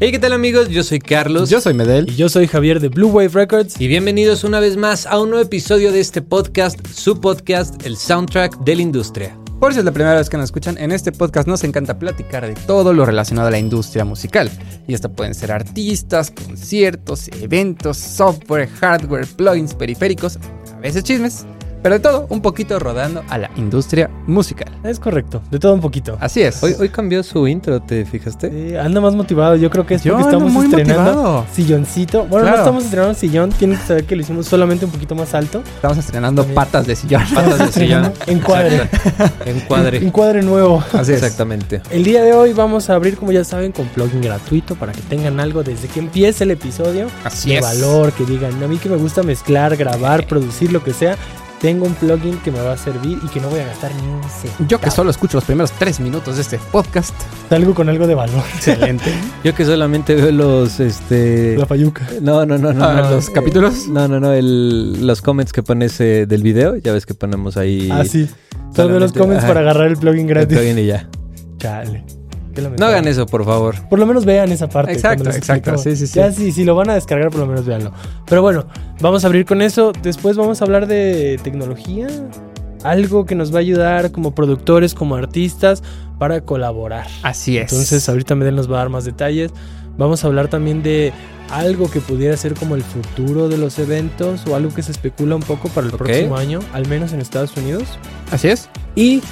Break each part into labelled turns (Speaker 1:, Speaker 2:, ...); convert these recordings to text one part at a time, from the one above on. Speaker 1: Hey, ¿qué tal amigos? Yo soy Carlos.
Speaker 2: Yo soy Medel.
Speaker 3: Y yo soy Javier de Blue Wave Records.
Speaker 1: Y bienvenidos una vez más a un nuevo episodio de este podcast, su podcast, el soundtrack de la industria.
Speaker 2: Por si es la primera vez que nos escuchan, en este podcast nos encanta platicar de todo lo relacionado a la industria musical. Y esto pueden ser artistas, conciertos, eventos, software, hardware, plugins, periféricos, a veces chismes, pero de todo un poquito rodando a la industria musical.
Speaker 3: Es correcto, de todo un poquito.
Speaker 2: Así es.
Speaker 1: Hoy, hoy cambió su intro, ¿te fijaste?
Speaker 3: Eh, anda más motivado, yo creo que es
Speaker 2: Yo
Speaker 3: porque
Speaker 2: ando
Speaker 3: estamos
Speaker 2: muy
Speaker 3: estrenando
Speaker 2: motivado.
Speaker 3: silloncito. Bueno,
Speaker 2: Claro.
Speaker 3: no estamos estrenando sillón, tienen que saber que lo hicimos solamente un poquito más alto.
Speaker 2: Estamos estrenando
Speaker 3: También.
Speaker 2: patas de sillón.
Speaker 1: Patas de sillón.
Speaker 3: Encuadre.
Speaker 1: Exacto.
Speaker 3: Un
Speaker 1: Encuadre.
Speaker 3: cuadro nuevo.
Speaker 2: Así es.
Speaker 1: Exactamente.
Speaker 3: El día de hoy vamos a abrir, como ya saben, con plugin gratuito para que tengan algo desde que empiece el episodio.
Speaker 2: Así
Speaker 3: de
Speaker 2: es.
Speaker 3: valor, que digan, a mí que me gusta mezclar, grabar, producir, lo que sea, tengo un plugin que me va a servir y que no voy a gastar ni un centavo.
Speaker 2: Yo que solo escucho los primeros tres minutos de este podcast.
Speaker 3: Salgo con algo de valor.
Speaker 2: Excelente.
Speaker 1: Yo que solamente veo los, este...
Speaker 3: La payuca.
Speaker 1: No, no, no, no.
Speaker 2: Ah,
Speaker 1: no,
Speaker 2: ¿los
Speaker 1: eh,
Speaker 2: capítulos?
Speaker 1: No, no, no, el- los comments que pones eh, del video, ya ves que ponemos ahí...
Speaker 3: Ah, sí. Solo veo los
Speaker 1: solamente-
Speaker 3: comments
Speaker 1: ajá.
Speaker 3: para agarrar el plugin
Speaker 1: el
Speaker 3: gratis.
Speaker 1: plugin y ya.
Speaker 3: Chale. Qué lamentable.
Speaker 1: No hagan eso, por favor.
Speaker 3: Por lo menos vean esa parte.
Speaker 2: Exacto,
Speaker 3: cuando les
Speaker 2: exacto,
Speaker 3: explicamos.
Speaker 2: sí, sí, sí.
Speaker 3: Ya sí, si lo van a descargar, por lo menos véanlo. Pero bueno, vamos a abrir con eso. Después vamos a hablar de tecnología. Algo que nos va a ayudar como productores, como artistas, para colaborar.
Speaker 2: Así es.
Speaker 3: Entonces ahorita Medel nos va a dar más detalles. Vamos a hablar también de algo que pudiera ser como el futuro de los eventos o algo que se especula un poco para el
Speaker 1: Ok.
Speaker 3: próximo año, al menos en Estados Unidos.
Speaker 2: Así es.
Speaker 3: Y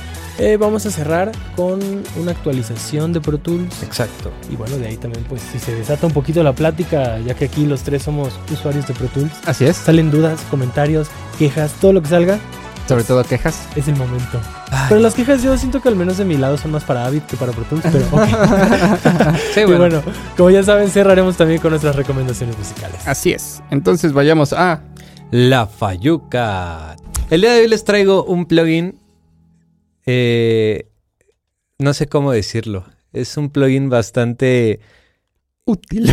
Speaker 3: eh, vamos a cerrar con una actualización de Pro Tools.
Speaker 1: Exacto.
Speaker 3: Y bueno, de ahí también pues si se desata un poquito la plática, ya que aquí los tres somos usuarios de Pro Tools.
Speaker 2: Así es.
Speaker 3: Salen dudas, comentarios, quejas, todo lo que salga
Speaker 2: Sobre todo quejas.
Speaker 3: es el momento. Pero las quejas yo siento que al menos de mi lado son más para Avid que para Pro Tools, pero ok.
Speaker 1: Sí,
Speaker 3: Y bueno, como ya saben, cerraremos también con nuestras recomendaciones musicales.
Speaker 2: Así es. Entonces vayamos a
Speaker 1: La Fayuca. El día de hoy les traigo un plugin. eh, no sé cómo decirlo. Es un plugin bastante
Speaker 2: útil.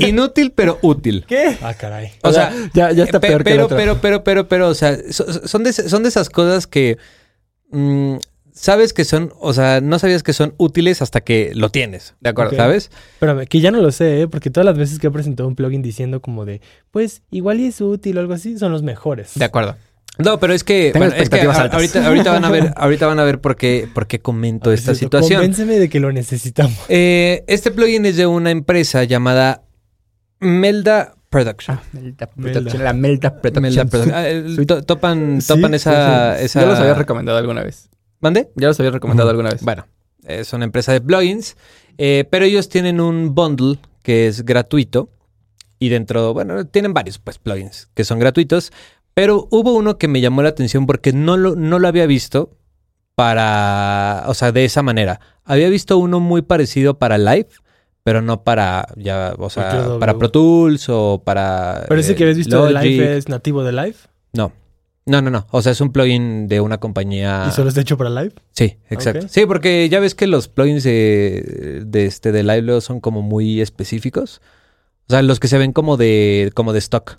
Speaker 1: inútil, pero útil.
Speaker 2: ¿Qué?
Speaker 3: Ah, caray.
Speaker 1: O sea,
Speaker 2: ya, ya está
Speaker 1: pe-
Speaker 2: peor que el
Speaker 1: pero,
Speaker 2: otro.
Speaker 1: pero, pero, pero, pero, o sea, so- so- son de, ese- son de esas cosas que mm, sabes que son, o sea, no sabías que son útiles hasta que lo tienes. De acuerdo.
Speaker 3: Ok.
Speaker 1: ¿Sabes?
Speaker 3: Espérame, que ya no lo sé, ¿eh? porque todas las veces que he presentado un plugin diciendo como de, pues igual y es útil o algo así, son los mejores.
Speaker 2: De acuerdo.
Speaker 1: No, pero es que,
Speaker 2: Tengo
Speaker 1: es que
Speaker 2: expectativas
Speaker 1: a-
Speaker 2: altas.
Speaker 1: ahorita, ahorita van a ver, ahorita van a ver por qué, por qué comento
Speaker 3: A ver,
Speaker 1: esta
Speaker 3: Cierto,
Speaker 1: situación.
Speaker 3: Convénceme de que lo necesitamos.
Speaker 1: Eh, este plugin es de una empresa llamada Melda Production.
Speaker 2: Melda
Speaker 3: Production.
Speaker 2: Ah, La Melda
Speaker 1: Melda Production. Ah, el- to- topan
Speaker 2: Ah,
Speaker 3: Sí,
Speaker 1: topan esa,
Speaker 3: sí, sí.
Speaker 1: esa-
Speaker 2: Ya los había recomendado alguna vez.
Speaker 1: ¿Mande?
Speaker 2: Ya los había recomendado alguna
Speaker 3: Pues.
Speaker 2: vez.
Speaker 1: Bueno, es una empresa de plugins, eh, pero ellos tienen un bundle que es gratuito y dentro, bueno, tienen varios pues plugins que son gratuitos, pero hubo uno que me llamó la atención porque no lo, no lo había visto para, o sea, de esa manera. Había visto uno muy parecido para Live, pero no para, ya, o
Speaker 3: Cualquier
Speaker 1: sea,
Speaker 3: W.
Speaker 1: para Pro Tools o para...
Speaker 3: Pero ese
Speaker 1: eh,
Speaker 3: que habéis visto de
Speaker 1: Logic.
Speaker 3: Live eh. es nativo de Live
Speaker 1: No. No, no, no. O sea, es un plugin de una compañía...
Speaker 3: y solo está hecho para Live.
Speaker 1: Sí,
Speaker 2: Ah,
Speaker 1: exacto.
Speaker 3: Ok.
Speaker 1: Sí, porque ya ves que los plugins de, de este de Live luego son como muy específicos. O sea, los que se ven como de como de stock.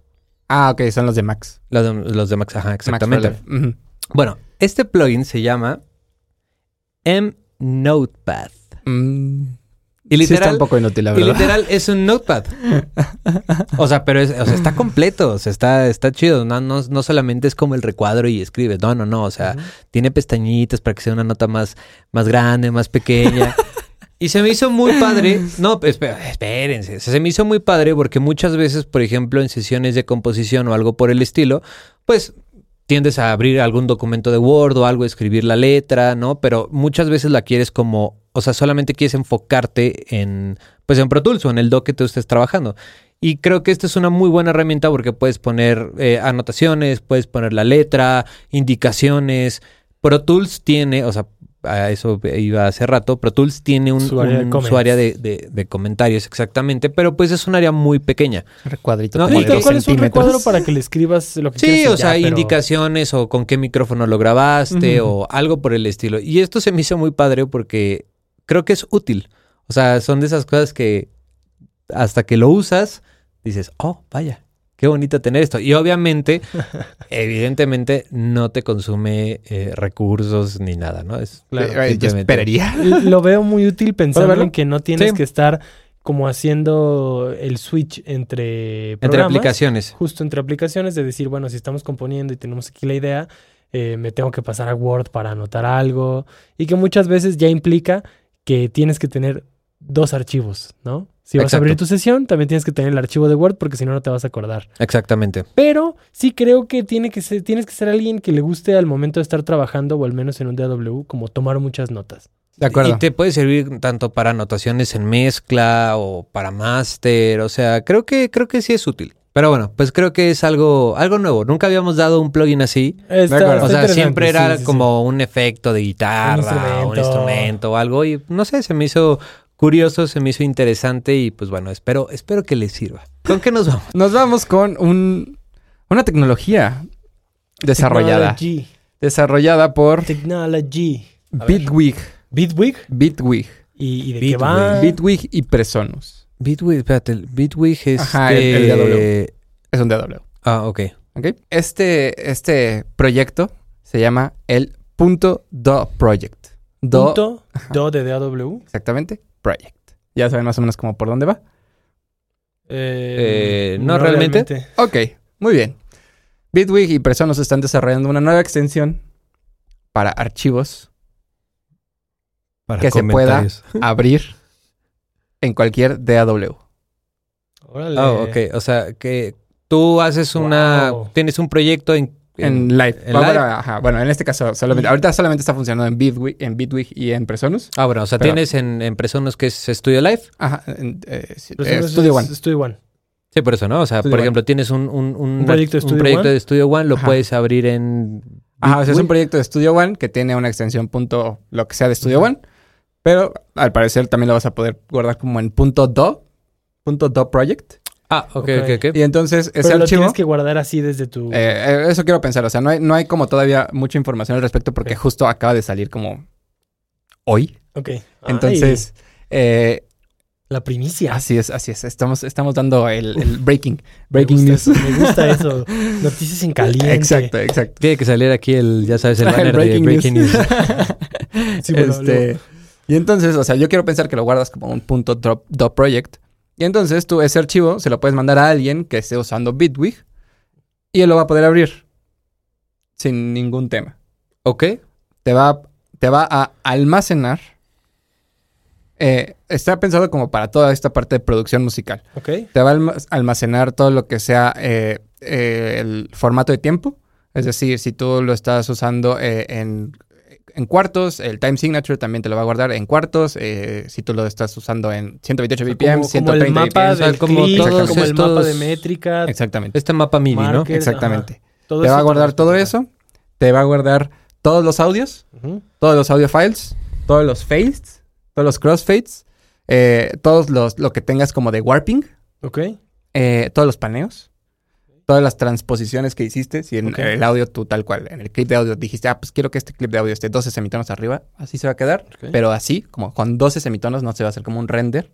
Speaker 2: Ah, ok, son los de Max.
Speaker 1: Los de, los de Max, ajá, exactamente.
Speaker 2: Max Froelich. Ujú.
Speaker 1: bueno, este plugin se llama M Notepad.
Speaker 2: Mm.
Speaker 1: Y
Speaker 2: Sí, está
Speaker 1: literal,
Speaker 2: un poco inútil, la
Speaker 1: y
Speaker 2: verdad.
Speaker 1: literal es un notepad. O sea, pero es, o sea, está completo, o sea, está, está chido. No, no, no solamente es como el recuadro y escribes. No, no, no. O sea, tiene pestañitas para que sea una nota más, más grande, más pequeña. y se me hizo muy padre. No, pues, espé- espérense. O sea, se me hizo muy padre porque muchas veces, por ejemplo, en sesiones de composición o algo por el estilo, pues tiendes a abrir algún documento de Word o algo, escribir la letra, ¿no? Pero muchas veces la quieres como, o sea, solamente quieres enfocarte en, pues en Pro Tools o en el doc que tú estés trabajando. Y creo que esta es una muy buena herramienta porque puedes poner eh, anotaciones, puedes poner la letra, indicaciones. Pro Tools tiene, o sea, a eso iba hace rato, Pro Tools tiene un,
Speaker 3: Su área de
Speaker 1: un-
Speaker 3: comments.
Speaker 1: su área de, de- de comentarios exactamente, pero pues es un área muy pequeña.
Speaker 2: Recuadrito
Speaker 1: No,
Speaker 2: como
Speaker 1: y
Speaker 2: de
Speaker 1: tal
Speaker 2: dos
Speaker 3: cuál es un
Speaker 2: centímetros.
Speaker 3: recuadro para que le escribas lo que quieras.
Speaker 1: Sí,
Speaker 3: y
Speaker 1: o
Speaker 3: ya,
Speaker 1: sea,
Speaker 3: pero-
Speaker 1: indicaciones o con qué micrófono lo grabaste
Speaker 3: Ujú.
Speaker 1: o algo por el estilo. Y esto se me hizo muy padre porque creo que es útil. O sea, son de esas cosas que hasta que lo usas, dices, oh, vaya, qué bonito tener esto. Y obviamente, evidentemente, no te consume eh, recursos ni nada, ¿no? Es
Speaker 2: Eh, eh, yo
Speaker 1: simplemente-
Speaker 2: esperaría.
Speaker 3: Lo veo muy útil pensando
Speaker 2: verlo?
Speaker 3: en que no tienes
Speaker 1: Sí.
Speaker 3: que estar como haciendo el switch entre
Speaker 1: Entre
Speaker 3: programas,
Speaker 1: aplicaciones.
Speaker 3: justo entre aplicaciones, de decir, bueno, si estamos componiendo y tenemos aquí la idea, eh, me tengo que pasar a Word para anotar algo, y que muchas veces ya implica que tienes que tener dos archivos, ¿no? Si vas a
Speaker 1: Exacto.
Speaker 3: abrir tu sesión, también tienes que tener el archivo de Word porque si no, no te vas a acordar.
Speaker 1: Exactamente.
Speaker 3: Pero sí creo que, tiene que ser, tienes que ser alguien que le guste al momento de estar trabajando o al menos en un DAW, como tomar muchas notas.
Speaker 2: De acuerdo.
Speaker 1: Y te puede servir tanto para anotaciones en mezcla o para máster, o sea, creo que creo que sí es útil. Pero bueno, pues creo que es algo algo nuevo. Nunca habíamos dado un plugin así. O
Speaker 2: acuerdo.
Speaker 3: Está- está
Speaker 1: sea,
Speaker 3: interesante,
Speaker 1: siempre
Speaker 3: sí,
Speaker 1: era
Speaker 3: sí, sí.
Speaker 1: como un efecto de guitarra,
Speaker 3: Un
Speaker 1: un
Speaker 3: instrumento.
Speaker 1: instrumento o algo y no sé, se me hizo curioso, se me hizo interesante y pues bueno, espero espero que les sirva. ¿Con qué nos vamos?
Speaker 2: Nos vamos con un, una tecnología desarrollada.
Speaker 3: Technology.
Speaker 2: Desarrollada por
Speaker 3: Technology. A ver.
Speaker 2: Bitwig.
Speaker 3: Bitwig.
Speaker 2: Bitwig.
Speaker 3: ¿Y, y de qué
Speaker 1: Bitwig.
Speaker 3: va?
Speaker 2: Bitwig y Presonus.
Speaker 1: Bitwig, espérate, el Bitwig es
Speaker 2: Ajá, el- el DAW. Es un DAW.
Speaker 1: Ah, ok.
Speaker 2: ¿ok? Este, este proyecto se llama el punto .do project. Do,
Speaker 3: Punto do de DAW.
Speaker 2: exactamente, project. Ya saben más o menos como por dónde va.
Speaker 3: Eh,
Speaker 1: Eh, no realmente.
Speaker 2: Ok, muy bien. Bitwig y Presonus están desarrollando una nueva extensión para archivos
Speaker 1: Para
Speaker 2: Que se pueda. abrir en cualquier DAW.
Speaker 3: Órale.
Speaker 1: Ah, ok. O sea, que tú haces una.
Speaker 3: Wow.
Speaker 1: Tienes un proyecto en.
Speaker 2: En live.
Speaker 1: en
Speaker 2: Ah,
Speaker 1: live.
Speaker 2: Bueno, ajá. bueno, en este caso, solamente,
Speaker 3: Y-
Speaker 2: ahorita solamente está funcionando en Bitwig, en Bitwig y en Presonus.
Speaker 1: Ah, bueno, o sea,
Speaker 2: Pero-
Speaker 1: tienes en, en Presonus que es Studio Live.
Speaker 2: Ajá, en, eh, sí,
Speaker 3: Pero
Speaker 2: eh,
Speaker 3: eso es-
Speaker 2: Studio One.
Speaker 3: Studio One.
Speaker 1: Sí, por eso, ¿no? O sea,
Speaker 2: Studio
Speaker 1: por
Speaker 2: One.
Speaker 1: ejemplo, tienes un, un, un-
Speaker 3: Un proyecto de
Speaker 1: un
Speaker 3: Studio
Speaker 1: proyecto
Speaker 3: One.
Speaker 1: de Studio One, lo
Speaker 2: Ajá.
Speaker 1: puá puedes abrir en.
Speaker 2: Ajá, o sea, es un
Speaker 1: Bitwig.
Speaker 2: proyecto de Studio One que tiene una extensión punto, lo que sea de Studio One, pero al parecer también lo vas a poder guardar como en punto .do, punto .do project.
Speaker 1: Ah, ok, ok, ok.
Speaker 2: Y entonces ese
Speaker 3: Pero lo
Speaker 2: archivo...
Speaker 3: tienes que guardar así desde tu...
Speaker 2: Eh, eh, eso quiero pensar, o sea, no hay, no hay como todavía mucha información al respecto porque
Speaker 3: Ok.
Speaker 2: justo acaba de salir como hoy.
Speaker 3: ok.
Speaker 2: Entonces, eh,
Speaker 3: Ay, la primicia.
Speaker 2: así es, así es. Estamos, estamos dando el, el breaking,
Speaker 3: Me
Speaker 2: breaking
Speaker 3: gusta
Speaker 2: news.
Speaker 3: eso, Me gusta eso. Noticias en caliente.
Speaker 2: Exacto, exacto.
Speaker 1: Tiene que salir aquí el, ya sabes, el
Speaker 2: El
Speaker 1: banner
Speaker 2: breaking
Speaker 1: de Breaking News.
Speaker 3: Sí, bueno,
Speaker 2: Este,
Speaker 3: luego.
Speaker 2: y entonces, o sea, yo quiero pensar que lo guardas como un punto drop, dot project. Y entonces tú ese archivo se lo puedes mandar a alguien que esté usando Bitwig y él lo va a poder abrir sin ningún tema.
Speaker 1: ok.
Speaker 2: te va, te va a almacenar. eh, está pensado como para toda esta parte de producción musical.
Speaker 3: Ok.
Speaker 2: Te va a alma- almacenar todo lo que sea eh, eh, el formato de tiempo. Es decir, si tú lo estás usando eh, en, en cuartos, el time signature también te lo va a guardar en cuartos. eh, si tú lo estás usando en 128 BPM,
Speaker 3: como, como el
Speaker 2: 130
Speaker 3: mapa
Speaker 2: BPM.
Speaker 1: sea,
Speaker 3: del
Speaker 1: como
Speaker 3: clip,
Speaker 2: todos
Speaker 3: como el mapa
Speaker 1: estos-
Speaker 3: de métrica.
Speaker 2: Exactamente.
Speaker 1: Este mapa MIDI, ¿no?
Speaker 3: Market.
Speaker 2: Exactamente.
Speaker 3: todo
Speaker 2: Te va
Speaker 3: eso
Speaker 2: a guardar
Speaker 3: vas
Speaker 2: todo
Speaker 3: poner.
Speaker 2: eso. Te va a guardar todos los audios.
Speaker 3: Ujú.
Speaker 2: todos los audio files, todos los fades, todos los crossfades, eh, todos los lo que tengas como de warping,
Speaker 3: Ok.
Speaker 2: eh, todos los paneos, todas las transposiciones que hiciste. Si en
Speaker 3: Ok.
Speaker 2: el audio tú tal cual, en el clip de audio dijiste, ah, pues quiero que este clip de audio esté 12 semitonos arriba, así se va a quedar,
Speaker 3: Ok.
Speaker 2: pero así, como con 12 semitonos, no se va a hacer como un render.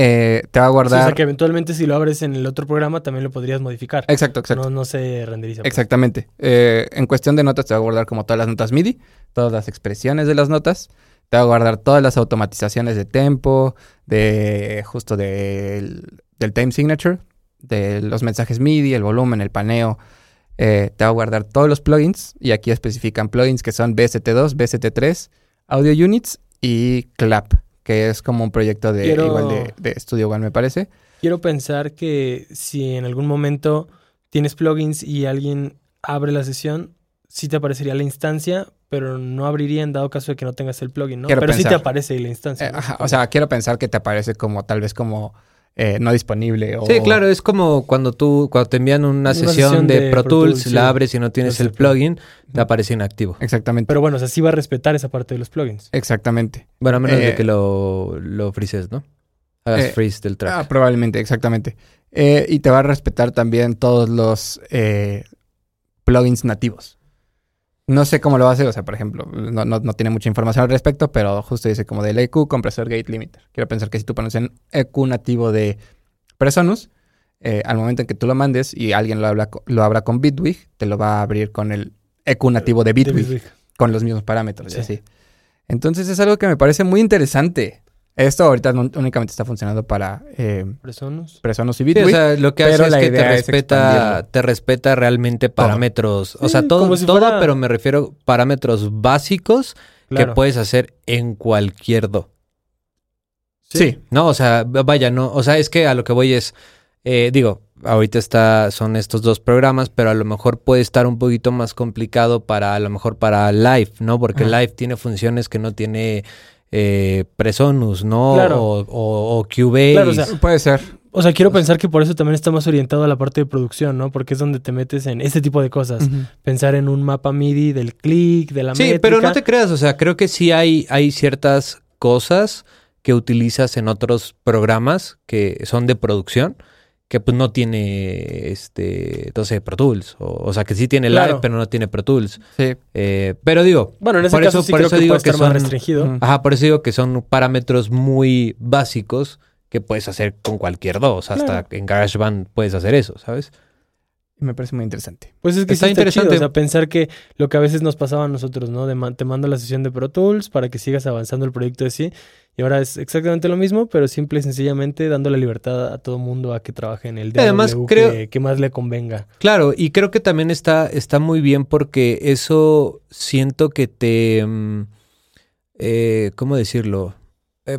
Speaker 2: Eh, te va a
Speaker 3: Sí, o
Speaker 2: guardar.
Speaker 3: sea que eventualmente si lo abres en el otro programa también lo podrías modificar.
Speaker 2: Exacto, exacto.
Speaker 3: No, no se renderiza. pues.
Speaker 2: Exactamente. Eh, en cuestión de notas, te va a guardar como todas las notas MIDI, todas las expresiones de las notas, te va a guardar todas las automatizaciones de tempo, de justo del, del time signature, de los mensajes MIDI, el volumen, el paneo. Eh, te va a guardar todos los plugins y aquí especifican plugins que son BST2, BST3, Audio Units y Clap, que es como un proyecto de
Speaker 3: Quiero-
Speaker 2: igual de, de Studio One, me parece.
Speaker 3: Quiero pensar que si en algún momento tienes plugins y alguien abre la sesión, sí te aparecería la instancia, pero no abriría en dado caso de que no tengas el plugin, ¿no?
Speaker 2: Quiero
Speaker 3: pero sí te
Speaker 2: pensar.
Speaker 3: aparece ahí la instancia.
Speaker 2: Eh,
Speaker 3: ¿no?
Speaker 2: ajá, o sea, quiero pensar que te aparece como tal vez como eh, no disponible o
Speaker 1: Sí, claro, es como cuando tú, cuando te envían una,
Speaker 3: Una
Speaker 1: sesión,
Speaker 3: sesión
Speaker 1: de, Pro Tools,
Speaker 3: sí.
Speaker 1: la abres y no tienes
Speaker 3: sé,
Speaker 1: el
Speaker 3: pero-
Speaker 1: plugin, te aparece inactivo.
Speaker 2: Exactamente.
Speaker 3: Pero bueno, o sea, sí va a respetar esa parte de los plugins.
Speaker 2: Exactamente.
Speaker 1: Bueno, a menos
Speaker 2: Eh,
Speaker 1: de que lo, lo freezes, ¿no? Hagas
Speaker 2: eh,
Speaker 1: freeze del track.
Speaker 2: Ah, probablemente, exactamente. Eh, y te va a respetar también todos los eh, plugins nativos. No sé cómo lo va a hacer, o sea, por ejemplo, no, no- no tiene mucha información al respecto, pero justo dice como E del EQ, compresor gate limiter. Quiero pensar que si tú pones en EQ nativo de Presonus, eh, al momento en que tú lo mandes y alguien lo, habla, co- lo abra con Bitwig, te lo va a abrir con el EQ nativo
Speaker 1: Eh,
Speaker 2: de
Speaker 3: De
Speaker 1: pues,
Speaker 2: Bitwig,
Speaker 3: Bitwig.
Speaker 2: con los mismos parámetros
Speaker 3: Sí.
Speaker 2: y así. Entonces es algo que me parece muy interesante. Esto ahorita no- únicamente está funcionando para eh,
Speaker 3: Presonus.
Speaker 2: Presonus y
Speaker 1: Sí,
Speaker 2: Bitwig.
Speaker 1: o sea, lo que
Speaker 2: pero
Speaker 1: hace es
Speaker 2: la
Speaker 1: que te
Speaker 2: idea es
Speaker 1: respeta,
Speaker 2: expandirlo.
Speaker 1: te respeta realmente parámetros. O
Speaker 3: Sí,
Speaker 1: sea, todo,
Speaker 3: como si
Speaker 1: todo,
Speaker 3: fuera-
Speaker 1: pero me refiero parámetros básicos
Speaker 3: Claro.
Speaker 1: que puedes hacer en cualquier do.
Speaker 2: sí.
Speaker 1: No, o sea, vaya, no. O sea, es que a lo que voy es, eh, digo, ahorita está, son estos dos programas, pero a lo mejor puede estar un poquito más complicado para, a lo mejor para Live, ¿no? Porque
Speaker 2: Ajá.
Speaker 1: Live tiene funciones que no tiene eh, Presonus, ¿no?
Speaker 3: Claro.
Speaker 1: O, o, o Cubase.
Speaker 3: Claro, o sea,
Speaker 2: puede ser.
Speaker 3: O sea, quiero pensar que por eso también está más orientado a la parte de producción, ¿no? Porque es donde te metes en este tipo de cosas. Pensar en un mapa MIDI del clic, de la
Speaker 1: Sí,
Speaker 3: métrica.
Speaker 1: pero no te creas, o sea, creo que sí hay, hay ciertas cosas que utilizas en otros programas que son de producción que pues no tiene este entonces Pro Tools o, o sea que sí tiene
Speaker 3: Claro.
Speaker 1: Live pero no tiene Pro Tools
Speaker 2: Sí.
Speaker 1: Eh, pero digo
Speaker 3: Bueno, en ese
Speaker 1: Por
Speaker 3: caso
Speaker 1: eso-
Speaker 3: sí
Speaker 1: por
Speaker 3: creo
Speaker 1: eso
Speaker 3: que
Speaker 1: digo
Speaker 3: puede
Speaker 1: que
Speaker 3: estar más
Speaker 1: son-
Speaker 3: restringido.
Speaker 2: Ujú.
Speaker 1: ajá por eso digo que son parámetros muy básicos que puedes hacer con cualquier dos hasta
Speaker 3: Claro.
Speaker 1: en GarageBand puedes hacer eso sabes
Speaker 2: Me parece muy interesante.
Speaker 3: Pues es que
Speaker 1: Está
Speaker 3: sí está
Speaker 1: interesante.
Speaker 3: chido, o sea, pensar que lo que a veces nos pasaba a nosotros, ¿no? De ma- te mando la sesión de Pro Tools para que sigas avanzando el proyecto de sí. Y ahora es exactamente lo mismo, pero simple y sencillamente dando la libertad a todo mundo a que trabaje en el DAW
Speaker 1: además, creo-
Speaker 3: que, que más le convenga.
Speaker 1: Claro, y creo que también está, está muy bien porque eso siento que te... mm, eh, ¿Cómo decirlo? Eh,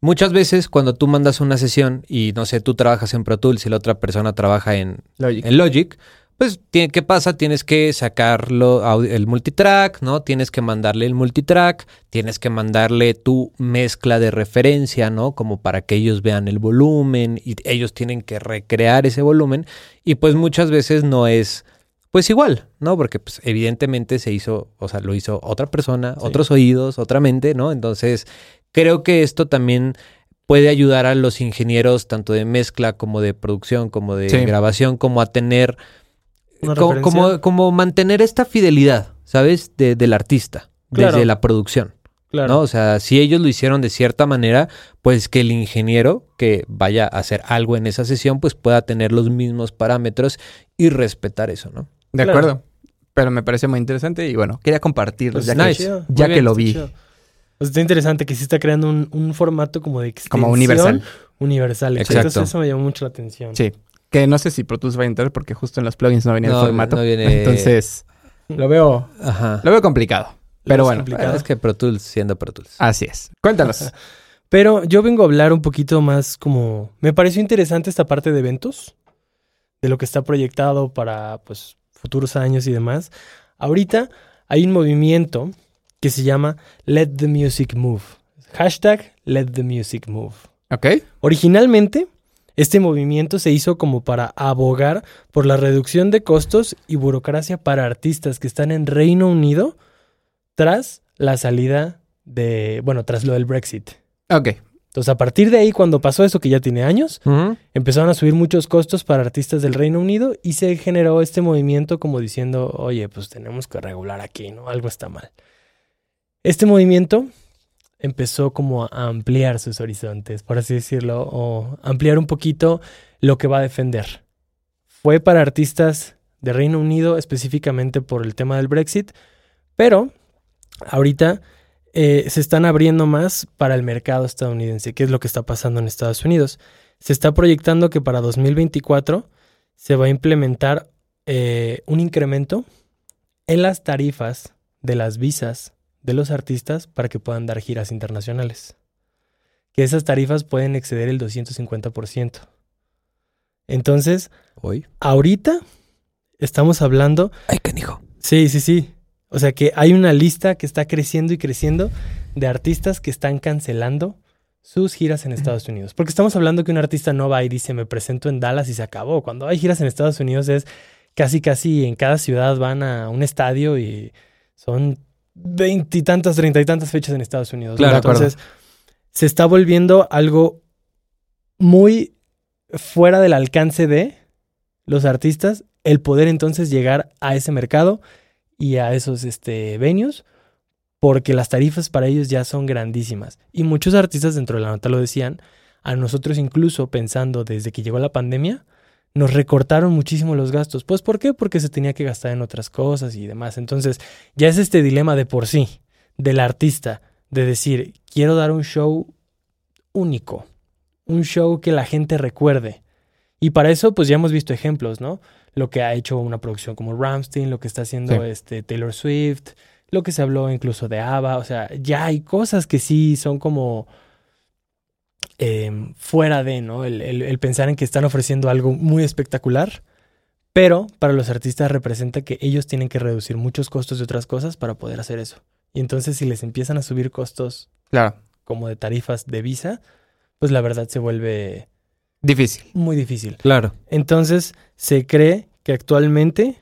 Speaker 1: muchas veces cuando tú mandas una sesión y, no sé, tú trabajas en Pro Tools y la otra persona trabaja en,
Speaker 2: Logic.
Speaker 1: en Logic, pues, tiene- ¿qué pasa? Tienes que sacarlo au- el multitrack, ¿no? Tienes que mandarle el multitrack, tienes que mandarle tu mezcla de referencia, ¿no? Como para que ellos vean el volumen y ellos tienen que recrear ese volumen y pues muchas veces no es pues igual, ¿no? Porque pues, evidentemente se hizo, o sea, lo hizo otra persona,
Speaker 3: Sí.
Speaker 1: otros oídos, otra mente, ¿no? Entonces, creo que esto también puede ayudar a los ingenieros tanto de mezcla como de producción, como de
Speaker 2: Sí.
Speaker 1: grabación, como a tener,
Speaker 3: Una
Speaker 1: como,
Speaker 3: referencia.
Speaker 1: como, como mantener esta fidelidad, ¿sabes? De- del artista,
Speaker 3: Claro.
Speaker 1: desde la producción,
Speaker 3: Claro.
Speaker 1: ¿no? O sea, si ellos lo hicieron de cierta manera, pues que el ingeniero que vaya a hacer algo en esa sesión, pues pueda tener los mismos parámetros y respetar eso, ¿no?
Speaker 2: De
Speaker 3: Claro.
Speaker 2: acuerdo. Pero me parece muy interesante y bueno, quería compartirlo
Speaker 3: Pues
Speaker 2: ya,
Speaker 1: nice.
Speaker 2: que,
Speaker 3: chido.
Speaker 2: ya
Speaker 1: Muy
Speaker 2: que
Speaker 1: bien,
Speaker 2: lo
Speaker 3: Está
Speaker 2: vi
Speaker 3: chido. O sea, está interesante que sí está creando un, un formato como de extensión.
Speaker 2: como universal.
Speaker 3: Universal,
Speaker 1: Exacto.
Speaker 3: Entonces eso me llamó mucho la atención.
Speaker 2: Sí. Que no sé si Pro Tools va a entrar porque justo en los plugins no venía
Speaker 1: No,
Speaker 2: el formato.
Speaker 1: no viene-
Speaker 2: Entonces, lo veo,
Speaker 1: Ajá.
Speaker 2: lo veo complicado. Pero
Speaker 3: Es
Speaker 2: bueno,
Speaker 3: complicado. Ah.
Speaker 1: Es que Pro Tools siendo Pro Tools.
Speaker 2: así es. Cuéntanos.
Speaker 3: Pero yo vengo a hablar un poquito más como... Me pareció interesante esta parte de eventos, de lo que está proyectado para pues, futuros años y demás. Ahorita hay un movimiento que se llama Let the Music Move. Hashtag Let the Music Move.
Speaker 2: ¿Ok?
Speaker 3: Originalmente, este movimiento se hizo como para abogar por la reducción de costos y burocracia para artistas que están en Reino Unido tras la salida de, bueno, tras lo del Brexit.
Speaker 2: Ok.
Speaker 3: Entonces, a partir de ahí, cuando pasó eso, que ya tiene años, empezaron a subir muchos costos para artistas del Reino Unido y se generó este movimiento como diciendo, oye, pues tenemos que regular aquí, ¿no? Algo está mal. Este movimiento empezó como a ampliar sus horizontes, por así decirlo, o ampliar un poquito lo que va a defender. Fue para artistas de Reino Unido específicamente por el tema del Brexit, pero ahorita eh, se están abriendo más para el mercado estadounidense, que es lo que está pasando en Estados Unidos. Se está proyectando que para 2024 se va a implementar eh, un incremento en las tarifas de las visas de los artistas para que puedan dar giras internacionales. Que esas tarifas pueden exceder el 250%. Entonces,
Speaker 1: Hoy.
Speaker 3: ahorita estamos hablando
Speaker 1: Ay, canijo.
Speaker 3: Sí, sí, sí. O sea que hay una lista que está creciendo y creciendo de artistas que están cancelando sus giras en Estados Unidos. Porque estamos hablando que un artista no va y dice, me presento en Dallas y se acabó. Cuando hay giras en Estados Unidos es casi, casi en cada ciudad van a un estadio y son veintitantas, treinta y tantas fechas en Estados Unidos. ¿no?
Speaker 1: Claro, de acuerdo.
Speaker 3: Entonces, se está volviendo algo muy fuera del alcance de los artistas el poder entonces llegar a ese mercado y a esos este, venues porque las tarifas para ellos ya son grandísimas. Y muchos artistas dentro de la nota lo decían, a nosotros incluso pensando desde que llegó la pandemia, nos recortaron muchísimo los gastos. Pues ¿por qué? Porque se tenía que gastar en otras cosas y demás. Entonces, ya es este dilema de por sí, del artista, de decir, quiero dar un show único, un show que la gente recuerde. Y para eso, pues ya hemos visto ejemplos, ¿no? Lo que ha hecho una producción como Ramstein, lo que está haciendo
Speaker 2: Sí.
Speaker 3: este Taylor Swift, lo que se habló incluso de ABBA. O sea, ya hay cosas que sí son como eh, fuera de, ¿no? El, el- el pensar en que están ofreciendo algo muy espectacular, pero para los artistas representa que ellos tienen que reducir muchos costos de otras cosas para poder hacer eso. Y entonces, si les empiezan a subir costos
Speaker 2: Claro,
Speaker 3: como de tarifas de visa, pues la verdad se vuelve
Speaker 2: difícil.
Speaker 3: muy difícil.
Speaker 1: Claro.
Speaker 3: Entonces, se cree que actualmente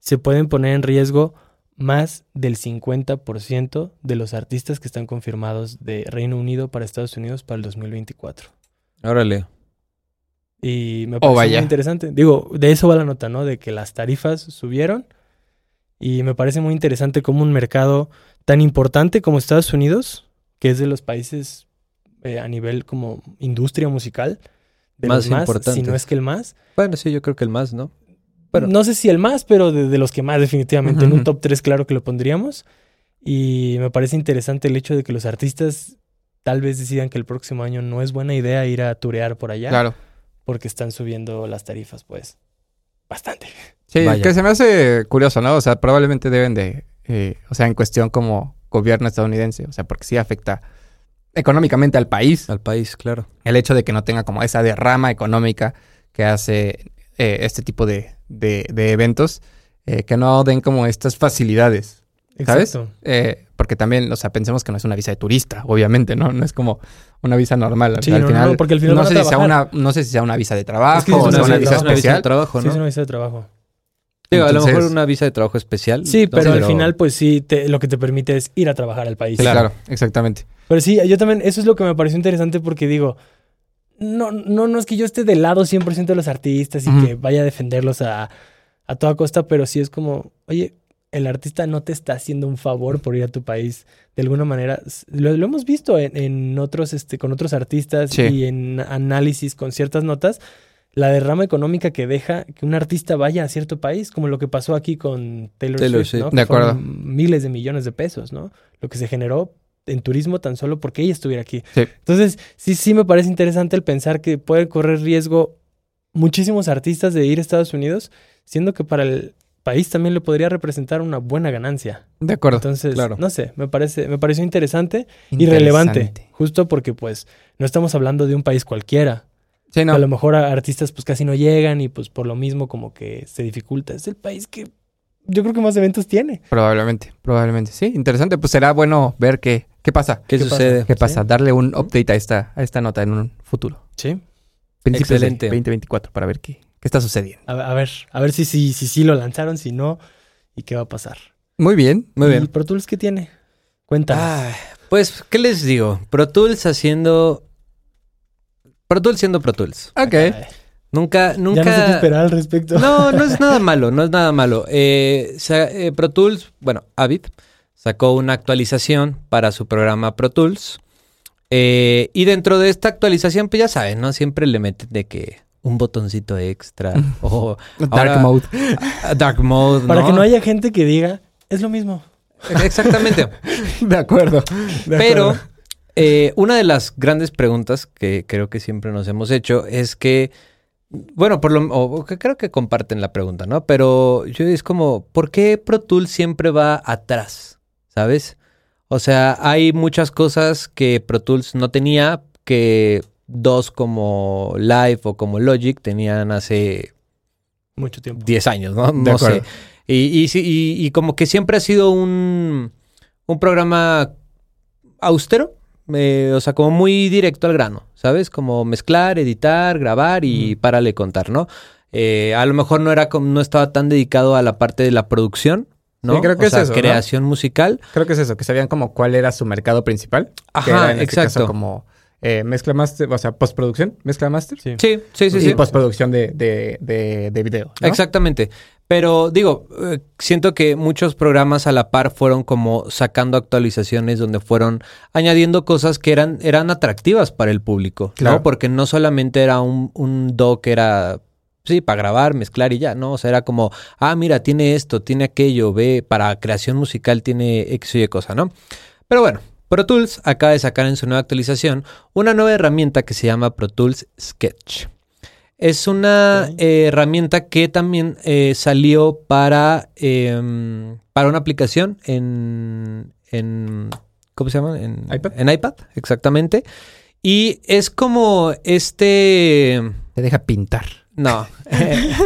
Speaker 3: se pueden poner en riesgo más del 50% de los artistas que están confirmados de Reino Unido para Estados Unidos para el 2024.
Speaker 1: Órale.
Speaker 3: Y
Speaker 1: Oh,
Speaker 3: me parece
Speaker 2: vaya.
Speaker 3: muy interesante. Digo, de eso va la nota, ¿no? De que las tarifas subieron. Y me parece muy interesante cómo un mercado tan importante como Estados Unidos, que es de los países eh, a nivel como industria musical, de
Speaker 1: Más
Speaker 3: los más, si
Speaker 1: importantes.
Speaker 3: no es que el más.
Speaker 1: Bueno, sí, yo creo que el más, ¿no? Pero-
Speaker 3: no sé si el más, pero de, de los que más definitivamente. En
Speaker 2: Ujú,
Speaker 3: un
Speaker 2: ujú.
Speaker 3: top 3 claro que lo pondríamos. Y me parece interesante el hecho de que los artistas tal vez decidan que el próximo año no es buena idea ir a turear por allá
Speaker 2: Claro.
Speaker 3: porque están subiendo las tarifas, pues, bastante.
Speaker 2: Sí,
Speaker 1: Vaya.
Speaker 2: que se me hace curioso, ¿no? O sea, probablemente deben de, eh, o sea, en cuestión como gobierno estadounidense, o sea, porque sí afecta económicamente al país
Speaker 1: Al país, claro.
Speaker 2: el hecho de que no tenga como esa derrama económica que hace eh, este tipo de, de- de eventos, eh, que no den como estas facilidades. ¿Sabes?
Speaker 3: Exacto.
Speaker 2: Eh, porque también, o sea, pensemos que no es una visa de turista, obviamente, ¿no? No es como una visa normal.
Speaker 3: Sí, no, no, no, porque al final
Speaker 2: no
Speaker 3: van a
Speaker 2: sé, si sea
Speaker 3: trabajar.
Speaker 2: una, no sé si sea una visa de trabajo
Speaker 3: Es que sí,
Speaker 2: o
Speaker 3: es
Speaker 2: sea,
Speaker 3: una
Speaker 2: una
Speaker 3: visa
Speaker 2: visa
Speaker 3: de trabajo.
Speaker 1: visa de
Speaker 2: especial.
Speaker 1: trabajo,
Speaker 3: Sí,
Speaker 1: ¿no?
Speaker 3: es una visa de trabajo.
Speaker 1: Digo, a lo
Speaker 2: Entonces-
Speaker 1: mejor una visa de trabajo especial.
Speaker 3: Sí, pero
Speaker 1: Entonces,
Speaker 3: al final, pues sí, te- lo que te permite es ir a trabajar al país.
Speaker 2: Sí, claro, exactamente.
Speaker 3: Pero sí, yo también, eso es lo que me pareció interesante porque digo, no, no, no es que yo esté del lado 100% de los artistas y
Speaker 2: Ujú.
Speaker 3: que vaya a defenderlos a, a toda costa, pero sí es como, oye, el artista no te está haciendo un favor por ir a tu país. De alguna manera, s- lo, lo hemos visto en, en otros, este, con otros artistas
Speaker 2: Sí.
Speaker 3: y en análisis con ciertas notas, la derrama económica que deja que un artista vaya a cierto país, como lo que pasó aquí con Taylor,
Speaker 1: Taylor
Speaker 3: Swift,
Speaker 1: Swift,
Speaker 3: ¿no? Que
Speaker 2: de acuerdo.
Speaker 3: fueron Miles de millones de pesos, ¿no? Lo que se generó en turismo tan solo porque ella estuviera aquí.
Speaker 2: Sí.
Speaker 3: Entonces, sí, sí me parece interesante el pensar que puede correr riesgo muchísimos artistas de ir a Estados Unidos, siendo que para el país también le podría representar una buena ganancia.
Speaker 2: De acuerdo.
Speaker 3: Entonces,
Speaker 1: claro.
Speaker 3: no sé, me parece, me pareció interesante y relevante, justo porque pues no estamos hablando de un país cualquiera.
Speaker 2: Sí, no.
Speaker 3: A lo mejor a artistas pues casi no llegan y pues por lo mismo como que se dificulta. Es el país que yo creo que más eventos tiene.
Speaker 2: Probablemente, probablemente. Sí, interesante. Pues será bueno ver qué, qué pasa.
Speaker 1: ¿Qué,
Speaker 3: ¿qué
Speaker 1: sucede?
Speaker 2: ¿Qué pasa? Darle un update a esta, a esta nota en un futuro.
Speaker 3: Sí.
Speaker 2: Principios de
Speaker 1: Excelente.
Speaker 2: 2024 para ver qué, qué está sucediendo.
Speaker 3: A, ver- a ver, a ver si sí si, sí lo lanzaron, si no, y qué va a pasar.
Speaker 2: Muy bien.
Speaker 1: Muy
Speaker 3: ¿Y
Speaker 1: bien.
Speaker 3: Pro Tools qué tiene? Cuéntanos.
Speaker 1: Ah, pues, ¿qué les digo? Pro Tools haciendo. Pro Tools siendo Pro Tools.
Speaker 2: Ok.
Speaker 3: Caray,
Speaker 1: Nunca,
Speaker 3: Ya
Speaker 1: eh. nunca.
Speaker 3: no sé qué esperar al respecto.
Speaker 1: No, no es nada malo, no es nada malo. Eh, sa- eh, Pro Tools, bueno, Avid sacó una actualización para su programa Pro Tools. Eh, y dentro de esta actualización, pues ya saben, ¿no? Siempre le meten de que un botoncito extra o
Speaker 2: Dark
Speaker 1: Ahora-
Speaker 2: Mode.
Speaker 1: a dark mode.
Speaker 3: Para que no haya gente que diga, es lo mismo.
Speaker 1: Exactamente.
Speaker 2: De acuerdo.
Speaker 3: De
Speaker 1: Pero
Speaker 3: acuerdo.
Speaker 1: eh, una de las grandes preguntas que creo que siempre nos hemos hecho es que, bueno, por lo o- o que creo que comparten la pregunta, ¿no? Pero yo es como, ¿por qué Pro Tools siempre va atrás? ¿Sabes? O sea, hay muchas cosas que Pro Tools no tenía que dos como Live o como Logic tenían hace
Speaker 3: Mucho tiempo.
Speaker 1: 10 años, ¿no?
Speaker 2: De
Speaker 1: No sé.
Speaker 2: acuerdo.
Speaker 1: Y, y sí- y- y como que siempre ha sido un, un programa austero, eh, o sea, como muy directo al grano, ¿sabes? Como mezclar, editar, grabar y párale contar, ¿no? Eh, a lo mejor no era com- no estaba tan dedicado a la parte de la producción, ¿no?
Speaker 2: Sí, creo que
Speaker 1: o
Speaker 2: es
Speaker 1: sea,
Speaker 2: eso, ¿no?
Speaker 1: creación musical.
Speaker 2: Creo que es eso, que sabían como cuál era su mercado principal. que
Speaker 1: Ajá,
Speaker 2: era en este
Speaker 1: exacto.
Speaker 2: caso como eh, mezcla master, o sea, postproducción, mezcla master.
Speaker 3: Sí.
Speaker 1: Sí, sí, sí.
Speaker 2: y
Speaker 1: sí.
Speaker 2: postproducción de, de, de, de video. ¿no?
Speaker 1: Exactamente. Pero digo, eh, siento que muchos programas a la par fueron como sacando actualizaciones donde fueron añadiendo cosas que eran, eran atractivas para el público,
Speaker 2: Claro.
Speaker 1: ¿no? Porque no solamente era un, un doc, era, sí, para grabar, mezclar y ya, ¿no? O sea, era como, ah, mira, tiene esto, tiene aquello, ve, para creación musical tiene X y Y cosa, ¿no? Pero bueno, Pro Tools acaba de sacar en su nueva actualización una nueva herramienta que se llama Pro Tools Sketch. Es una
Speaker 3: Ok.
Speaker 1: eh, herramienta que también eh, salió para, em, para una aplicación en, en- ¿Cómo se llama? En
Speaker 2: iPad.
Speaker 1: En iPad, exactamente. Y es como este...
Speaker 2: Te deja pintar.
Speaker 1: No.